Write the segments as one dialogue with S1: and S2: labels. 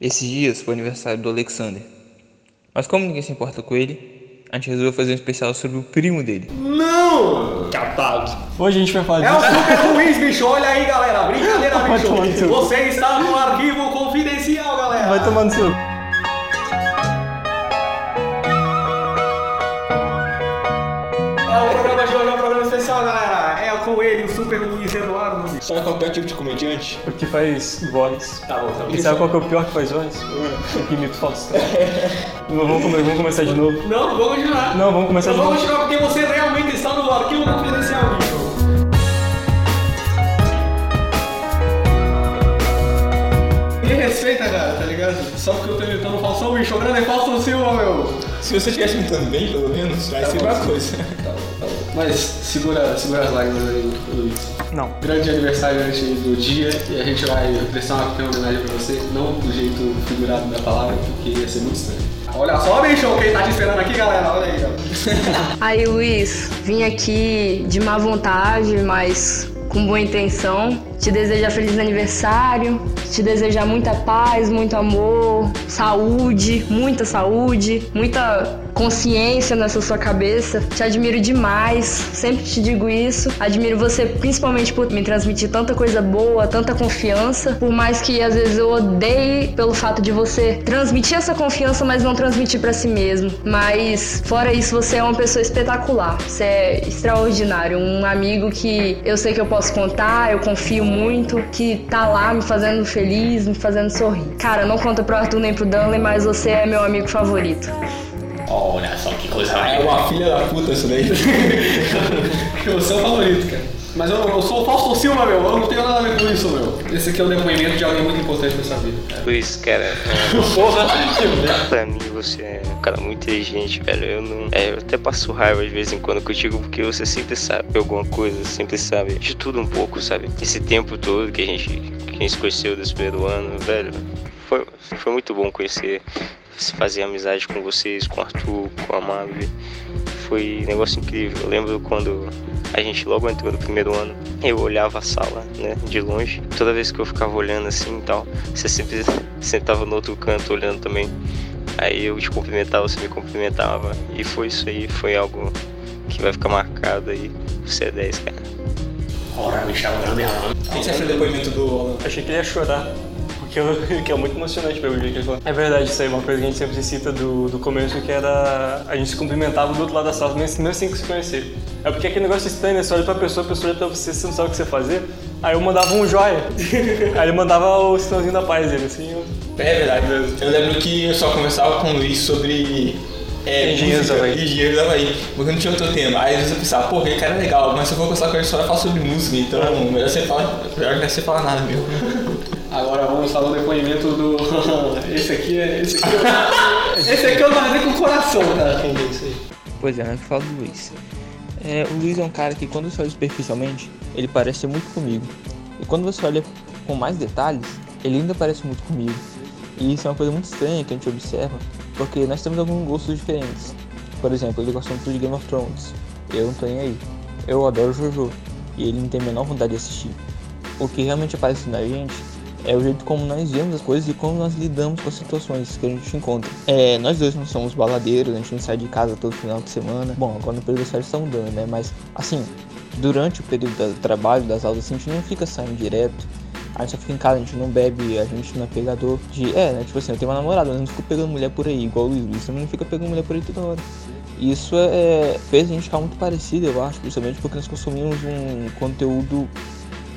S1: Esses dias foi o aniversário do Alexander. Mas como ninguém se importa com ele, a gente resolveu fazer um especial sobre o primo dele.
S2: Não! Capaz.
S3: Hoje a gente vai fazer.
S2: É o Super Luiz, bicho. Olha aí, galera. Brincadeira,
S3: Vai tomar no
S2: bicho.
S3: seu-
S2: Você está no arquivo confidencial, galera.
S3: Vai tomar no seu.
S2: É o programa de hoje é um programa especial, galera. É com ele, o Super Luiz Eduardo. bicho.
S4: Sabe qual é o pior tipo de comediante?
S3: O que faz voz.
S2: Tá bom, tá bom.
S3: E sabe qual que é o pior que faz voz? O que imita o Faustão. Não, vamos, come- vamos começar de novo.
S2: Não, vamos continuar.
S3: é- Não, vamos começar
S2: Então
S3: de novo.
S2: vamos continuar porque você realmente está no arquivo confidencial, bicho. Me respeita, cara, tá ligado? Só porque eu tô imitando o Falsão, bicho. O grande é Falsão Silva, meu.
S4: Se você tivesse me dando bem, pelo menos, vai ser uma coisa.
S2: Mas segura, segura as lágrimas aí, Luiz.
S3: Não.
S2: Grande aniversário antes do dia e a gente vai prestar uma pequena homenagem pra você, não do jeito figurado da palavra, porque ia ser muito estranho. Olha só, bicho, quem tá te esperando aqui, galera, olha aí, ó.
S5: Aí, Luiz, vim aqui de má vontade, mas com boa intenção. Te desejar feliz aniversário, te desejar muita paz, muito amor, saúde, muita saúde, muita consciência nessa sua cabeça. Te admiro demais, sempre te digo isso. Admiro você principalmente por me transmitir tanta coisa boa, tanta confiança, por mais que às vezes eu odeie pelo fato de você transmitir essa confiança, mas não transmitir pra si mesmo. Mas fora isso, você é uma pessoa espetacular. Você é extraordinário, um amigo que eu sei que eu posso contar, eu confio muito, que tá lá me fazendo feliz, me fazendo sorrir. Cara, não conta pro Arthur nem pro Danley, mas você é meu amigo favorito.
S4: Olha só que coisa. É uma filha da puta isso daí.
S2: Eu sou o favorito, cara. Mas eu, eu sou o Fausto Silva, meu, eu não tenho nada a ver com isso, meu. Esse aqui é o depoimento de alguém muito importante nessa vida. cara.
S6: Luiz, cara, é, pra mim você é um cara muito inteligente, velho. Eu não. É, eu até passo raiva de vez em quando contigo, porque você sempre sabe alguma coisa, sempre sabe de tudo um pouco, sabe? Esse tempo todo que a gente, que a gente se conheceu desse primeiro ano, velho, foi, foi muito bom conhecer, se fazer amizade com vocês, com o Arthur, com a Mavi. Foi um negócio incrível. Eu lembro quando a gente logo entrou no primeiro ano, eu olhava a sala, né, de longe. Toda vez que eu ficava olhando assim e tal, você sempre sentava no outro canto olhando também. Aí eu te cumprimentava, você me cumprimentava. E foi isso aí, foi algo que vai ficar marcado aí. Você é 10, cara.
S2: Ora, bicho, agora minha mão.
S4: O que você achou do depoimento do Alan?
S3: Achei que ele ia chorar. Porque eu- que é muito emocionante pra ouvir aquilo lá. É verdade, isso aí é uma coisa que a gente sempre cita do, do começo, que era a gente se cumprimentava do outro lado da sala, mesmo, mesmo sem se conhecer. É porque aquele negócio estranho, né? Você olha pra pessoa, a pessoa olha pra você, você não sabe o que você fazer. Aí eu mandava um joia. aí ele mandava o sinalzinho da paz dele, assim. eu-
S4: É verdade mesmo. Eu lembro que eu só conversava com o Luiz sobre. É,
S3: Engenheiros
S4: música,
S3: do Havaí.
S4: Engenheiros do Havaí. Porque não tinha outro tema. Aí às vezes eu pensava, pô, aquele cara é legal, mas se eu for conversar com ele só vai falar sobre música, então melhor você falar. Melhor que você falar nada, meu.
S2: Agora vamos falar o depoimento do. Esse aqui é. Esse aqui é, esse aqui é o Nazir com o coração, cara.
S1: Pois é, antes fala do Luiz. É, o Luiz é um cara que quando você olha superficialmente, ele parece ser muito comigo. E quando você olha com mais detalhes, ele ainda parece muito comigo. E isso é uma coisa muito estranha que a gente observa, porque nós temos alguns gostos diferentes. Por exemplo, ele gosta muito de Game of Thrones. Eu não tô nem aí. Eu adoro Jojo. E ele não tem a menor vontade de assistir. O que realmente aparece na gente é o jeito como nós vemos as coisas e como nós lidamos com as situações que a gente encontra. É, nós dois não somos baladeiros, a gente não sai de casa todo final de semana. Bom, agora no período das férias estão dando, né? Mas, assim, durante o período do trabalho, das aulas, assim, a gente não fica saindo direto. A gente só fica em casa, a gente não bebe, a gente não é pegador de. É, né? Tipo assim, eu tenho uma namorada, mas eu não fico pegando mulher por aí, igual o Luiz. O Luiz também não fica pegando mulher por aí toda hora. E Isso é, fez a gente ficar muito parecido, eu acho, principalmente porque nós consumimos um conteúdo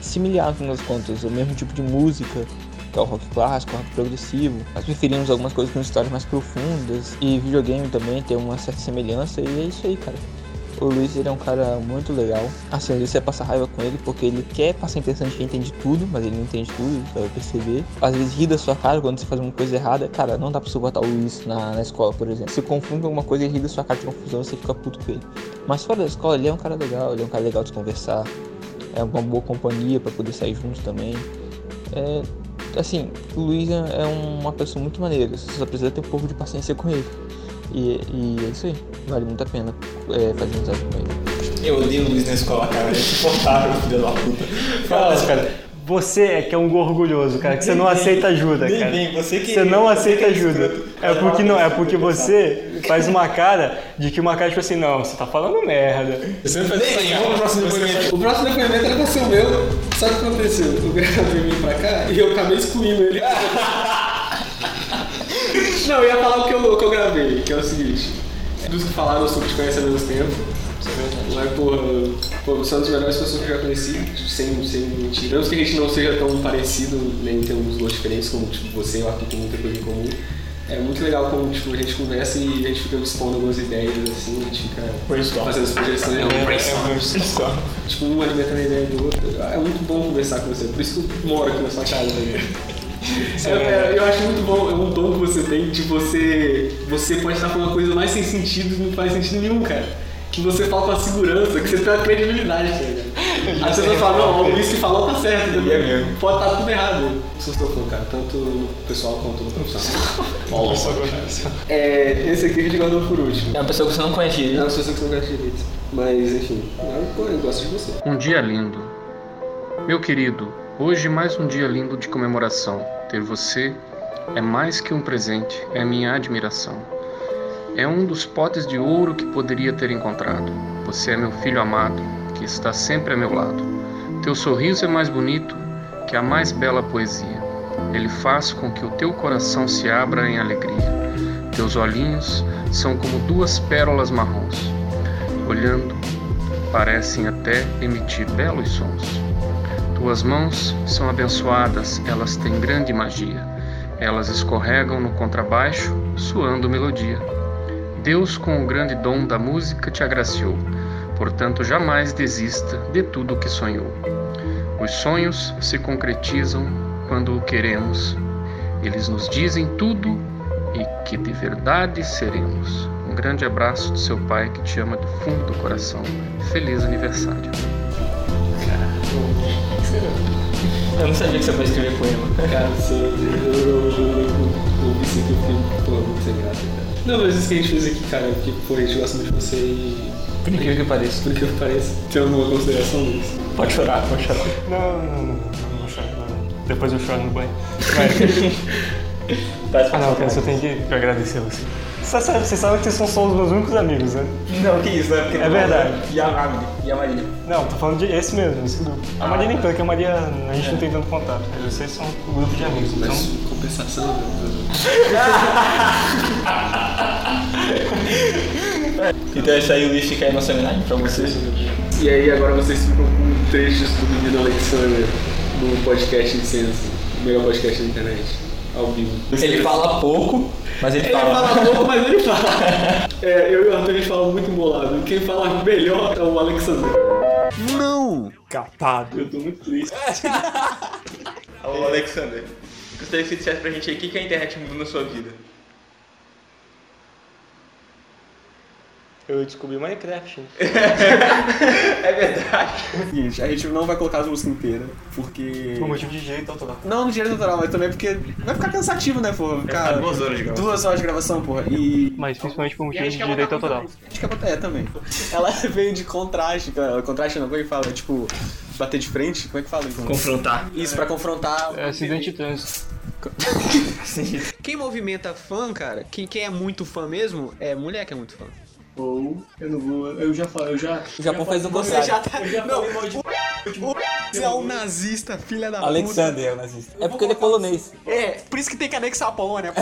S1: similar, no final das contas, o mesmo tipo de música, que é o rock clássico, o rock progressivo. Nós preferimos algumas coisas com histórias mais profundas, e videogame também tem uma certa semelhança, e é isso aí, cara. O Luiz ele é um cara muito legal. Assim, às vezes você passa raiva com ele porque ele quer passar a impressão de que entende tudo, mas ele não entende tudo, você vai perceber. Às vezes ri da sua cara quando você faz uma coisa errada. Cara, não dá pra suportar o Luiz na, na escola, por exemplo. Se confunde com alguma coisa, ele ri da sua cara de confusão você fica puto com ele. Mas fora da escola, ele é um cara legal, ele é um cara legal de conversar é uma boa companhia para poder sair junto também. É, assim, o Luiz é é uma pessoa muito maneira, você só precisa ter um pouco de paciência com ele. E, e é isso aí, vale muito a pena é, fazer amizade com ele.
S4: Eu odeio o Luiz na escola, cara. Ele é insuportável, filho da puta. Fala, mas, cara.
S3: Você é que é um orgulhoso, cara, que você não aceita ajuda,
S4: Bem,
S3: cara.
S4: bem, você que-
S3: Você não
S4: você
S3: aceita
S4: que é
S3: ajuda.
S4: escroto.
S3: É porque não, é porque você faz uma cara de que uma cara tipo assim, não, você tá falando merda.
S4: Você não faz isso aí, vamos pro próximo depoimento.
S2: O próximo depoimento era pra ser o meu. Só que o que aconteceu? O Graham veio pra cá e eu acabei excluindo ele. Não, eu ia falar o que eu, o que eu gravei, que é o seguinte. Dos que falaram, eu sou que te conhece há menos tempo. é Mas, porra, pô, são as melhores pessoas que eu já conheci, sem, sem mentir. Mesmo que a gente não seja tão parecido, nem temos gostos diferentes, como tipo, você e o Arthur tem muita coisa em comum. É muito legal como tipo, a gente conversa e a gente fica expondo algumas ideias, assim, a gente fica
S4: Brainstorm.
S2: fazendo as projeções. É um brainstorm
S4: Só.
S2: tipo, um alimentando a ideia do outro. É muito bom conversar com você, por isso que eu moro aqui na sua casa também. É, é, eu acho muito bom, é um dom que você tem de você. Você pode estar falando uma coisa mais sem sentido e não faz sentido nenhum, cara. Que você fala com a segurança, que você tem uma credibilidade, cara. Aí você vai falar, não, o Luiz que falou tá certo,
S4: E é mesmo.
S2: pode estar tudo errado. Sou seu fã, cara, tanto no pessoal quanto no profissional. É, esse aqui a gente guardou por último.
S4: É uma pessoa que você não conhece
S2: Eu não sou eu que não gosta direito. Mas enfim, eu- pô, eu gosto de você.
S7: Um dia lindo. Meu querido, hoje mais um dia lindo de comemoração. Ter você é mais que um presente, é minha admiração. É um dos potes de ouro que poderia ter encontrado. Você é meu filho amado, que está sempre a meu lado. Teu sorriso é mais bonito que a mais bela poesia. Ele faz com que o teu coração se abra em alegria. Teus olhinhos são como duas pérolas marrons. Olhando, parecem até emitir belos sons. Tuas mãos são abençoadas, elas têm grande magia. Elas escorregam no contrabaixo, suando melodia. Deus, com o grande dom da música, te agraciou. Portanto, jamais desista de tudo o que sonhou. Os sonhos se concretizam quando o queremos. Eles nos dizem tudo e que de verdade seremos. Um grande abraço do seu pai que te ama do fundo do coração. Feliz aniversário.
S4: Eu não sabia que você podia escrever poema.
S2: Cara, você- eu, eu, eu, eu um vi isso aqui, eu fiquei pô, muito sem graça, cara. Não, mas isso que a gente fez aqui, cara, porque pô, a gente gosta muito de você e.
S4: Por incrível que pareça.
S2: Por que pareça, tem alguma consideração nisso?
S4: Pode chorar, pode chorar.
S3: Não, não, não, não, não choro, não. Depois eu choro no banho.
S4: Faz
S3: Ah não, cara, eu só tenho que agradecer você. Você sabe, você sabe que vocês são só os meus únicos amigos, né?
S4: Não, que isso, né? Porque
S3: É verdade.
S4: E a Marília? E a Marília? Ah.
S3: Não, tô falando de esse mesmo, esse grupo. A Maria nem tanto, que a Maria a gente
S4: É.
S3: não tem tanto contato. Mas vocês são um grupo de amigos, então.
S2: Mas compensação, né?
S4: Então é isso aí, Luiz, fica aí nossa homenagem pra vocês.
S2: E aí agora vocês ficam com trechos do menino Alexander no podcast Incenso, o melhor podcast da internet, ao vivo.
S4: Ele fala pouco, mas ele,
S2: Ele fala pouco, mas ele fala. É, eu e o Arthur a gente fala muito molado. Quem fala melhor é o Alexander.
S3: Capado.
S2: Eu tô muito triste.
S4: Ô, Alexander, gostaria que você dissesse pra gente aí o que que a internet mudou na sua vida.
S3: Eu descobri Minecraft.
S2: Seguinte, a gente não vai colocar as músicas inteiras, porque.
S3: Por motivo de jeito, eu tô lá.
S2: Não, no direito autoral, mas também porque vai ficar cansativo, né, porra? Cara, duas horas de gravação. Duas horas de gravação, porra. E.
S3: Mas principalmente por motivo
S2: a
S3: de
S2: gente quer
S3: direito
S2: botar
S3: autoral.
S2: Acho que é, é também. Ela veio de contraste, cara. Contraste não, como é que fala? É Tipo, bater de frente? Como é que fala? isso?
S4: Confrontar.
S2: Isso, pra confrontar.
S3: É acidente de trânsito.
S8: Quem movimenta fã, cara, quem, quem é muito fã mesmo, é mulher que é muito fã.
S2: Ou, eu não vou. Eu já falo, eu já.
S4: O Japão faz
S9: um
S4: o contrário.
S2: tá. Não, o- o- você é um nazista, filha da
S4: Alexander é o nazista. É porque ele é polonês.
S2: puta. É, por isso que tem que anexar a Polônia, pô.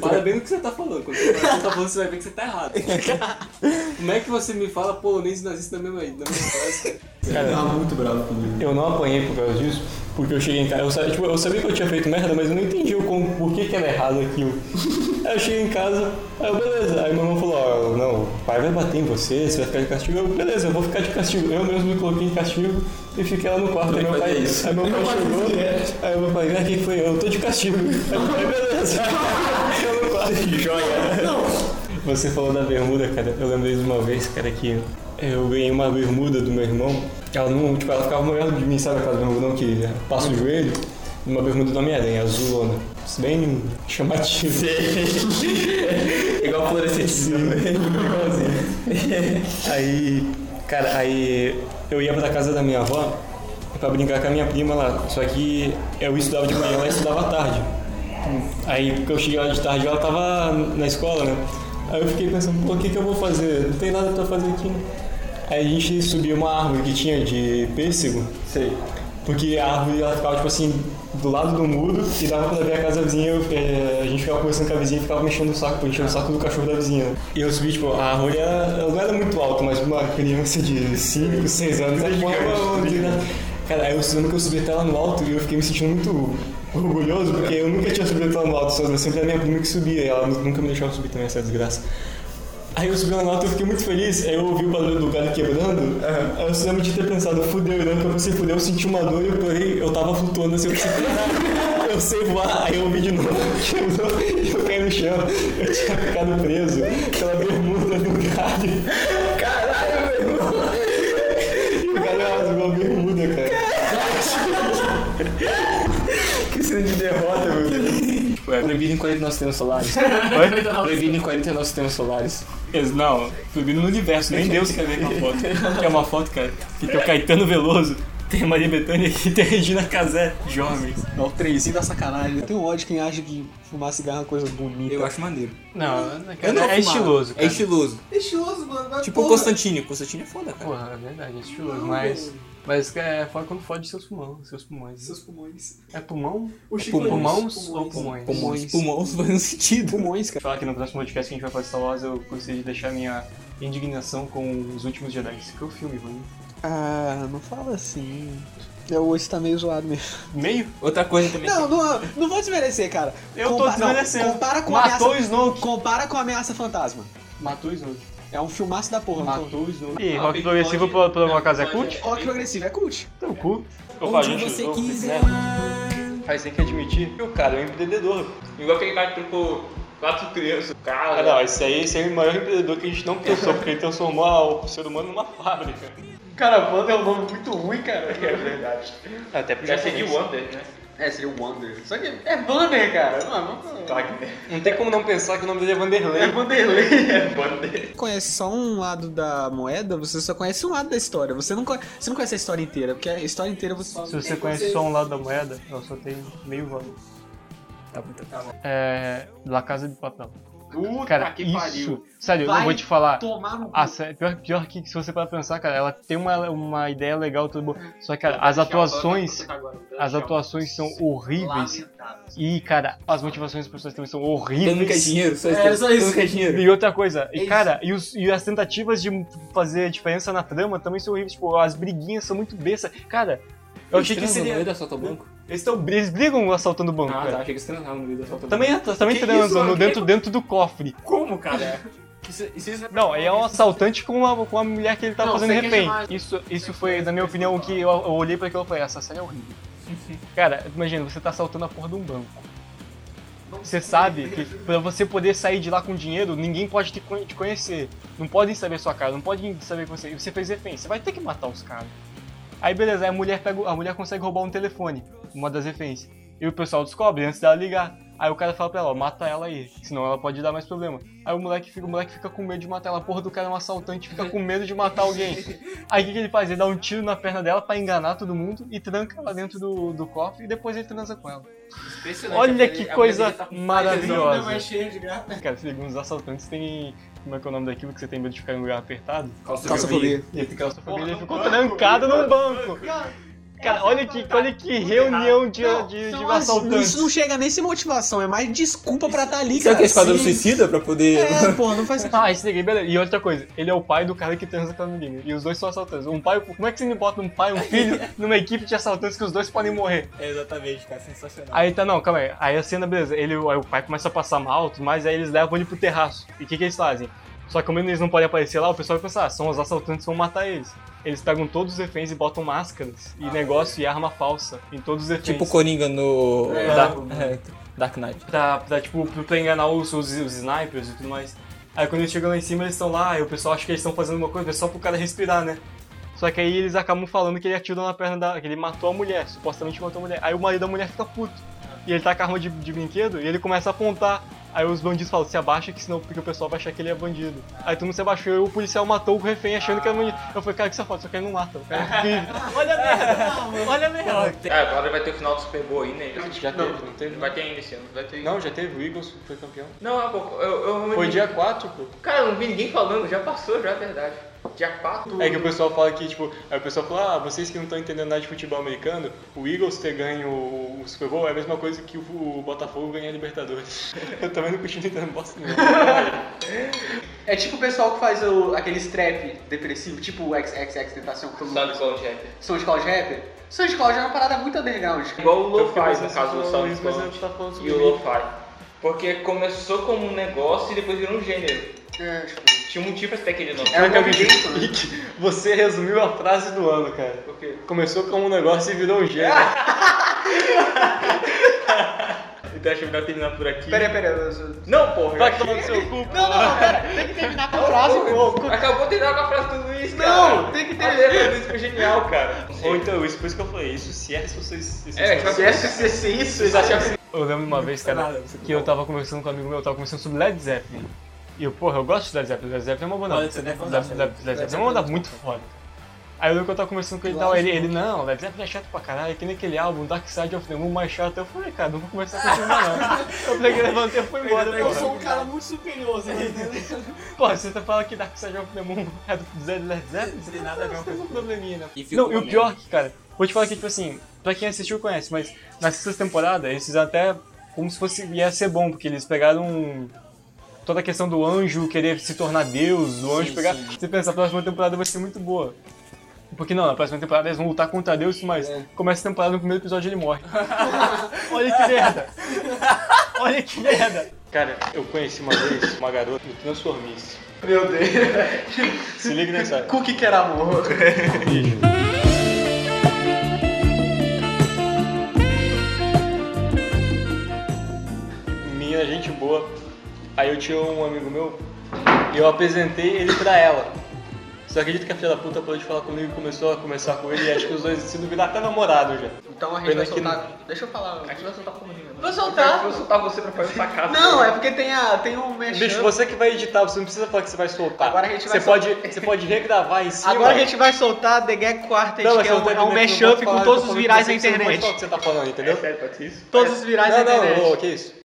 S9: Parabéns no que você tá falando. Quando você fala que você tá falando, você vai ver que você tá errado. Como é que você me fala polonês e nazista na mesma, na mesma frase?
S3: Eu não apanhei por causa disso, porque eu cheguei em casa. Eu sabia, tipo, eu sabia que eu tinha feito merda, mas eu não entendi o como, por que, que era errado aquilo. Aí eu cheguei em casa, aí eu, beleza. Aí meu irmão falou: Ó, não, o pai vai bater em você, você vai ficar de castigo. Eu, beleza, eu vou ficar de castigo. Eu mesmo me coloquei em castigo e fiquei lá no quarto. Aí meu pai, aí meu pai chegou, aí meu pai, ah, quem foi? Eu tô de castigo. Aí, meu pai, beleza. Eu no quarto. Joia. Você falou da bermuda, cara. Eu lembrei de uma vez, cara, que eu ganhei uma bermuda do meu irmão. Ela não, tipo, ela ficava molhada de mim, sabe aquela bermuda não que passa o joelho? Uma bermuda do Homem-Aranha, azulona. Bem chamativo.
S4: Igual fluorescente.
S3: Aí, cara, aí eu ia pra casa da minha avó pra brincar com a minha prima lá. Só que eu estudava de manhã, ela estudava à tarde. Aí eu cheguei lá de tarde, ela tava na escola, né? Aí eu fiquei pensando, pô, o que, que eu vou fazer? Não tem nada pra fazer aqui, né? Aí a gente subiu uma árvore que tinha de pêssego. Sei. Porque a árvore ela ficava, tipo assim, do lado do muro e dava pra ver a casa da vizinha. eu, eh, a gente ficava conversando com a vizinha e ficava mexendo o saco, enchendo o saco do cachorro da vizinha. E eu subi, tipo, a árvore era, ela não era muito alta, mas uma criança de 5, 6 anos, ela é Cara, aí eu lembro que eu subi até lá no alto e eu fiquei me sentindo muito orgulhoso, porque eu nunca tinha subido até lá no alto, só sempre era minha prima que subia, e ela nunca me deixava subir também, essa desgraça. Aí eu subi lá no alto e eu fiquei muito feliz, aí eu ouvi o barulho do galho quebrando, aí eu lembro de ter pensado, fudeu, e na hora que eu pensei, fudeu, eu senti uma dor e eu parei, eu tava flutuando assim, eu pensei, "Caralho, eu sei voar, aí eu ouvi de novo, quebrou, e eu caí no chão, eu tinha ficado preso pela bermuda do galho. Caralho, meu irmão! O galho rasgou a bermuda, cara.
S4: Que cena de derrota, meu Deus.
S3: Proibido em 49 sistemas solares. Proibido em 49 sistemas solares. Não, proibido no universo, nem Deus quer ver aquela foto. É uma foto, cara, que tem o Caetano Veloso, tem a Maria Bethânia e tem a Regina Casé, jovens.
S8: O trenzinho da sacanagem. Eu tenho ódio de quem acha que fumar cigarro é uma coisa bonita.
S9: Eu acho maneiro.
S3: Não,
S9: Eu não
S3: é
S9: fumava.
S3: estiloso,
S9: É
S3: cara.
S9: estiloso.
S8: Estiloso, mano. vai,
S9: Tipo o
S8: porra.
S9: Constantino. Constantino é foda, cara.
S3: Porra, é verdade, é estiloso, mas... Mas é fora quando fode seus pulmões, seus pulmões.
S8: Seus pulmões.
S3: É pulmão?
S8: O
S3: Pulmões, ou pulmões?
S9: Pulmões. Pulmões faz um sentido.
S8: Pulmões, cara.
S3: Falar que no próximo podcast que a gente vai falar de Star Wars, eu gostaria de deixar minha indignação com os últimos Jedi. Isso que é o filme, mano.
S8: Ah, não fala assim. Eu hoje tá meio zoado mesmo.
S3: Meio?
S9: Outra coisa também.
S8: Não, não, não vou desmerecer, cara.
S3: Eu
S8: Compa-
S3: tô desmerecendo.
S8: Não, compara com a
S3: Matou o
S8: ameaça.
S3: Snoke.
S8: Compara com a ameaça fantasma.
S3: Matou o Snoke.
S8: É um filmaço da porra. não tô-
S3: Matou o Snoke. E rock progressivo pela, uma casa é cult?
S8: Rock progressivo é cult.
S3: Teu cu.
S9: Onde você quiser.
S3: Mas tem que admitir que o cara é um empreendedor.
S4: Igual aquele cara que trocou quatro crianças,
S3: Ah,
S4: cara.
S3: não, esse aí, esse aí é o maior empreendedor que a gente não pensou, porque ele transformou o ser humano numa fábrica.
S2: Caravana é um nome muito ruim, cara.
S4: É
S3: né?
S4: verdade.
S3: Até porque
S4: Já seria o Wander, né?
S2: É, seria o Wander. Só que é Banner, cara. Não, não, não.
S3: Não tem como não pensar que o nome dele é
S2: É
S3: Vanderlei.
S2: Vanderlei. É Wander.
S8: conhece só um lado da moeda, você só conhece um lado da história. Você não, conhe- você não conhece a história inteira, porque a história inteira você só.
S3: Se você conhece só um lado da moeda, eu só tenho meio valor.
S9: Tá bom, tá bom.
S3: É. La Casa de Papel.
S2: Puta
S3: Cara,
S2: que
S3: isso.
S2: pariu.
S3: Sério, eu
S8: Vai
S3: não vou te falar.
S8: Tomar no.
S3: Ah, sé- pior, pior que se você para pensar, cara, ela tem uma, uma ideia legal, tudo bom. Só que, cara, as atuações. As atuações são horríveis. E, cara, as motivações das pessoas também são
S9: Todo mundo quer
S3: horríveis.
S9: dinheiro, só
S8: É, só isso.
S9: Todo mundo quer dinheiro.
S3: E outra coisa,
S8: É
S3: e cara, e, os- e as tentativas de fazer diferença na trama também são horríveis. Tipo, as briguinhas são muito bestas. Cara, eu achei que
S9: Eles
S8: um
S9: transam no
S3: seria.
S9: meio do assalto ao banco?
S3: Eles, tão, eles brigam assaltando o banco,
S9: Ah,
S3: cara.
S9: tá. Achei que eles transaram no meio do assalto ao
S3: Também, é
S9: banco.
S3: at- também
S9: Que
S3: transam
S9: isso, mano?
S3: no
S9: Que-
S3: dentro, dentro do cofre.
S9: Como,
S8: É.
S9: cara? Isso, isso, isso
S3: Não, ele é um assaltante com a, com a mulher que ele tá
S9: Não,
S3: fazendo
S9: sem
S3: refém.
S9: questionar.
S3: Isso, isso foi, na minha opinião, o que eu, eu olhei pra aquilo e falei, essa série é horrível. Cara, imagina, você tá assaltando a porra de um banco. Você sabe que pra você poder sair de lá com dinheiro, ninguém pode te, con- te conhecer. Não podem saber sua cara, não podem saber que você. Você fez refém, você vai ter que matar os caras. Aí beleza, aí a mulher, pega, o- a mulher consegue roubar um telefone, uma das reféns. E o pessoal descobre antes dela ligar. Aí o cara fala pra ela, ó, mata ela aí, senão ela pode dar mais problema. Aí o moleque fica, o moleque fica com medo de matar ela. A Porra do cara é um assaltante, fica com medo de matar alguém. Aí o que, que ele faz? Ele dá um tiro na perna dela pra enganar todo mundo e tranca ela dentro do, do cofre e depois ele transa com ela. Olha que coisa maravilhosa. Cara, segundo os assaltantes tem. Como é que é o nome daquilo que você tem medo de ficar em um lugar apertado?
S8: Claustrofobia.
S3: E esse claustrofobia ele ficou trancado num banco. Cara, olha que, olha que reunião de, de, de
S8: Então, assim,
S3: assaltantes.
S8: Isso não chega nem sem motivação, é mais desculpa pra
S2: tá
S8: estar ali,
S9: Será
S8: cara.
S9: que é esquadrão
S8: Sim.
S9: suicida pra poder.
S8: É, pô, não faz
S3: Ah, esse daqui, beleza. E outra coisa, ele é o pai do cara que transa com a menina. E os dois são assaltantes. Um pai, como é que você me bota um pai e um filho numa equipe de assaltantes que os dois podem morrer?
S9: É, exatamente, cara. Sensacional.
S3: Aí tá, não, calma aí. Aí a cena, beleza. Ele, aí o pai começa a passar mal, tudo mais, aí eles levam ele pro terraço. E o que, que eles fazem? Só que como eles não podem aparecer lá, o pessoal vai pensar, ah, são os assaltantes, vão matar eles. Eles pegam todos os reféns e botam máscaras e negócio e arma falsa em todos os reféns.
S9: Tipo o Coringa no.
S3: É.
S9: Dark, é, Dark Knight.
S3: pra, pra, tipo, pra- pra enganar os, os, os snipers e tudo mais. Aí quando eles chegam lá em cima, eles estão lá, e o pessoal acha que eles estão fazendo uma coisa, é só pro cara respirar, né? Só que aí eles acabam falando que ele atirou na perna da. que ele matou a mulher, supostamente matou a mulher. Aí o marido da mulher fica puto. E ele tá com a arma de, de brinquedo e ele começa a apontar. Aí os bandidos falam, se abaixa que senão porque o pessoal vai achar que ele é bandido. Aí todo mundo se abaixou e o policial matou o refém achando que era bandido. Eu falei, cara, que safado, só que ele não mata, o cara é incrível. Olha a merda, olha a merda.
S1: Ah, agora vai ter o final do Super Bowl aí, né?
S3: Já teve, não teve.
S1: Vai ter ainda esse ano, vai ter.
S3: Não, já teve, o Eagles foi campeão.
S1: Não, é pouco. Eu, eu realmente-
S3: Foi dia 4, pô.
S1: Cara, eu não vi ninguém falando, já passou, já é verdade. Dia 4.
S3: É que o pessoal fala que, tipo, aí o pessoal fala, ah, vocês que não estão entendendo nada de futebol americano, o Eagles ter ganho o o Super Bowl é a mesma coisa que o, o Botafogo ganhar a Libertadores. Eu também não continuo entendendo bosta nenhuma.
S2: É tipo o pessoal que faz o, aquele strap depressivo, tipo o XXX Tentação. que todo mundo-
S1: Call Jack.
S2: São de Cloud Rapper. São de Cloud é uma parada muito underground. cara.
S1: Igual o
S3: Eu
S1: Lo-Fi,
S3: fiquei
S1: no
S3: pensando
S1: caso do
S3: sobre
S1: Sound
S3: isso, mas eu tava falando
S1: Cloud.
S3: sobre
S1: E o
S3: mim.
S1: Lo-Fi. Porque começou como um negócio e depois virou um gênero.
S2: É, tipo,
S1: Tinha um motivo pra ter aquele nome.
S2: é um movimento, né?
S3: Nick, você resumiu a frase do ano, cara.
S1: Por quê?
S3: Começou como um negócio e virou um gênero.
S1: Então acho melhor terminar por aqui.
S2: Pera, pera, eu- eu-
S1: Não, porra. eu
S3: Vai
S1: achei-
S3: tomar no seu cu,
S2: Não, não, não, pera, tem que terminar com a frase, pô.
S1: Acabou de dar com a frase do Luiz, cara.
S2: Não, tem que
S1: A
S2: ter.
S1: letra do Luiz ficou genial, cara.
S3: Ou então, isso, por isso que eu falei, isso se é se vocês... se
S1: É,
S2: Se é se- se é isso, eles acham que
S3: Eu lembro uma vez, cara, que eu tava conversando com um amigo meu, eu tava conversando sobre Led Zeppelin. E eu, porra, eu gosto de Led Zeppelin, Led Zeppelin é uma banda.
S9: Olha, você deve
S3: Led-
S9: gostar,
S3: Led- Led Zeppelin é uma banda muito foda. Aí eu lembro que eu tava conversando com ele e tal, ele, ele, não, Led Zeppelin é chato pra caralho, que nem aquele álbum, Dark Side of the Moon, mais chato. Eu falei, cara, não vou conversar com esse irmão, não. Eu peguei, levantei e fui embora.
S9: Eu
S3: porra.
S9: sou um cara muito superior, você tá entendendo?
S3: Pô, você tá falando que Dark Side of the Moon é do Zé- Led Zeppelin?
S9: Não tem nada a ver uma
S3: Tem
S9: coisa
S3: um probleminha, né?
S9: E ficou
S3: Não, e o
S9: mesmo.
S3: pior que, cara, vou te falar que, tipo assim, pra quem assistiu conhece, mas na sexta temporada eles fizeram até como se fosse, ia ser bom, porque eles pegaram um, toda a questão do anjo querer se tornar Deus, do anjo pegar...
S9: sim.
S3: Você pensa, a próxima temporada vai ser muito boa. Porque não, na próxima temporada eles vão lutar contra Deus, mas
S9: É.
S3: começa a temporada no primeiro episódio ele morre. Olha que merda! Olha que merda! Cara, eu conheci uma vez uma garota no Transformice.
S2: Meu Deus.
S3: Se liga nessa.
S2: Cookie que era amor.
S3: Minha gente boa. Aí eu tinha um amigo meu e eu apresentei ele pra ela. Só acredito que a filha da puta parou de falar comigo e começou a conversar com ele e acho que os dois se duvidar até namorado já.
S2: Então a gente
S3: Pena
S2: vai
S3: que
S2: soltar. Deixa eu falar. A gente vai soltar porra nenhuma. Vou
S1: Eu
S2: soltar.
S1: vou soltar você pra fazer essa casa.
S2: Não, é porque tem a. tem um mexão.
S3: Bicho, você que vai editar, você não precisa falar que você vai soltar.
S2: Agora a gente vai
S3: você,
S2: soltar.
S3: pode, você pode regravar em cima.
S2: Agora a gente vai soltar The Gag Quartet,
S3: Não, mas
S2: que é
S3: você não tá
S2: um, é um
S3: entendendo, não
S2: mashup
S3: pode falar,
S2: com todos
S3: eu tô
S2: os
S3: falando
S2: virais da
S3: que você- Você não pode falar o
S2: internet.
S3: que você tá falando, entendeu?
S1: Sério, pode ser isso?
S2: Todos os virais da
S3: não, não,
S2: internet.
S3: ô, que isso?